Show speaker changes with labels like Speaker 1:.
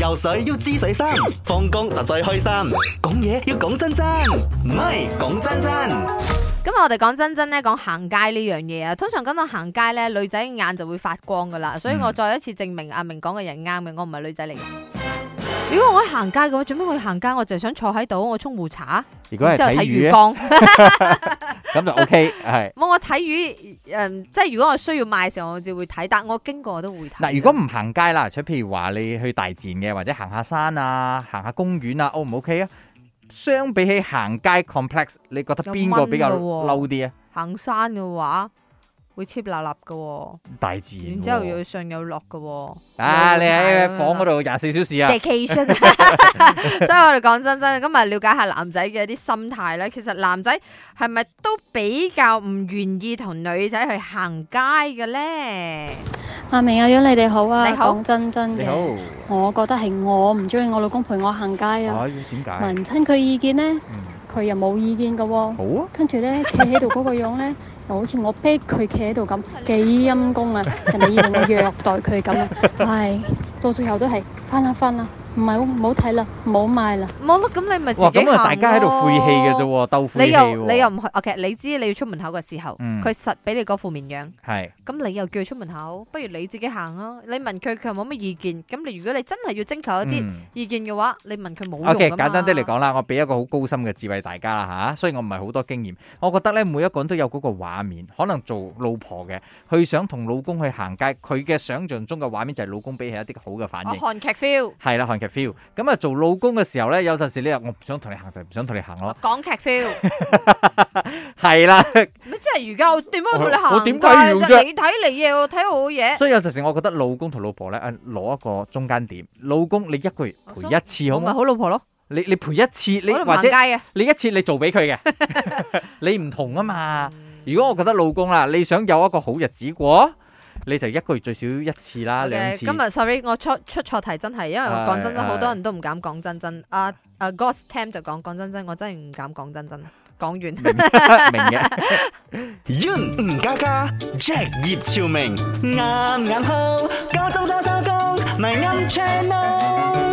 Speaker 1: 游水要知水深，放工就最開心。講嘢要講真真，唔係講真真。
Speaker 2: 咁啊我哋講真真咧，講行街呢樣嘢啊，通常講到行街咧，女仔眼就會發光噶啦，所以
Speaker 3: 嗯
Speaker 2: 我再一次證明阿明講嘅人啱嘅，我唔係女仔嚟嘅。如果我喺行街嘅話，做咩我去行街？我就係想坐喺度，我沖壺茶，
Speaker 3: 如果
Speaker 2: 然
Speaker 3: 係
Speaker 2: 之後
Speaker 3: 睇
Speaker 2: 睇魚
Speaker 3: 魚
Speaker 2: 缸。
Speaker 3: 咁 就 OK 係。
Speaker 2: 冇我睇魚，誒、即係如果我需要買嘅時候，我就會睇，但我經過我都會睇。
Speaker 3: 嗱，如果唔行街啦，除譬如話你去大自然嘅，或者行下山啊，行下公園啊，O 唔 OK 啊？相比起行街 complex，你覺得邊個比較
Speaker 2: 有蚊㗎喎
Speaker 3: 嬲啲啊？
Speaker 2: 行山嘅話，會 cheap 立立嘅，
Speaker 3: 大自然喎。
Speaker 2: 然之後又上有落嘅。
Speaker 3: 啊！你喺
Speaker 2: 有
Speaker 3: 房嗰度廿四小時 啊，
Speaker 2: vacation，所以我哋講真真，今日了解下男仔嘅一啲心態咧。其實男仔係咪都比較唔願意同女仔去行街嘅咧？
Speaker 4: 阿明阿楊，你哋好啊！
Speaker 2: 你好
Speaker 4: 講真真
Speaker 3: 你
Speaker 4: 嘅
Speaker 3: 好。，
Speaker 4: 我覺得係我唔中意我老公陪我行街啊。
Speaker 3: 哎點解？
Speaker 4: 問親佢意見呢，
Speaker 3: 嗯，
Speaker 4: 佢又冇意見㗎喎。
Speaker 3: 好啊。
Speaker 4: 跟住呢，企喺度嗰個樣呢，又好似我逼佢企喺度咁，幾陰公啊！人哋以為我虐待佢咁啊！唉，到最後都係翻啦翻啦，唔係唔好睇啦，唔好買啦。
Speaker 2: 冇咯，咁你咪自己
Speaker 3: 哇！
Speaker 2: 行
Speaker 3: 咁啊，大家喺度晦氣嘅啫
Speaker 2: 咯。
Speaker 3: 喎，鬥晦
Speaker 2: 你
Speaker 3: 氣
Speaker 2: 又
Speaker 3: 喎。
Speaker 2: 你又唔去，OK？你知你要出門口嘅時候，佢、
Speaker 3: 嗯
Speaker 2: 實俾你嗰副綿羊，
Speaker 3: 係
Speaker 2: 咁你又叫佢出門口，不如你自己行啊！你問佢，佢又冇乜意見。咁你如果你真係要徵求一啲
Speaker 3: 嗯
Speaker 2: 意見嘅話，你問佢冇用
Speaker 3: O.K.
Speaker 2: 㗎嘛
Speaker 3: 簡單啲嚟講啦，我俾一個好高深嘅智慧大家啦嚇，雖然我唔係好多經驗，我覺得咧每一個人都有嗰個畫面，可能做老婆嘅，佢想同老公去行街，佢嘅想像中嘅畫面就係老公俾起一啲好嘅反
Speaker 2: 我
Speaker 3: 應。
Speaker 2: 韓劇 feel，
Speaker 3: 係啦，韓劇 feel。咁啊，做老公嘅時候咧，有陣時你又我唔想同你行就唔想同你行
Speaker 2: 我
Speaker 3: 咯。
Speaker 2: 港劇 feel。
Speaker 3: 係啦，
Speaker 2: 咪即係而家我點解同你行
Speaker 3: 我我點解要
Speaker 2: 街啊
Speaker 3: 啫
Speaker 2: 你睇你嘢，我睇我嘢。
Speaker 3: 所以有陣時我覺得老公同老婆咧，啊攞一個中間點。老公你一個月陪一次好
Speaker 2: 我咪
Speaker 3: 嘛？
Speaker 2: 好老婆咯，
Speaker 3: 你你陪一次，你
Speaker 2: 我都唔
Speaker 3: 或
Speaker 2: 行
Speaker 3: 者
Speaker 2: 街。啊嘅。
Speaker 3: 你一次你做俾佢嘅， 你唔同啊嘛。
Speaker 2: 嗯
Speaker 3: 如果我覺得老公啦，你想有一個好日子過，你就一個月最少一次啦，啊兩
Speaker 2: OK，
Speaker 3: 次。
Speaker 2: 今日 sorry，我出出錯題真係，因為我講真真，
Speaker 3: 係
Speaker 2: 好多人都唔敢講真真。阿阿 g o s Tam 就講講真真，我真係唔敢講真真。講完，
Speaker 3: 明嘅，
Speaker 1: Yun 吳家家，Jack 葉朝明，啱啱好，家中裝修工，咪啱 channel。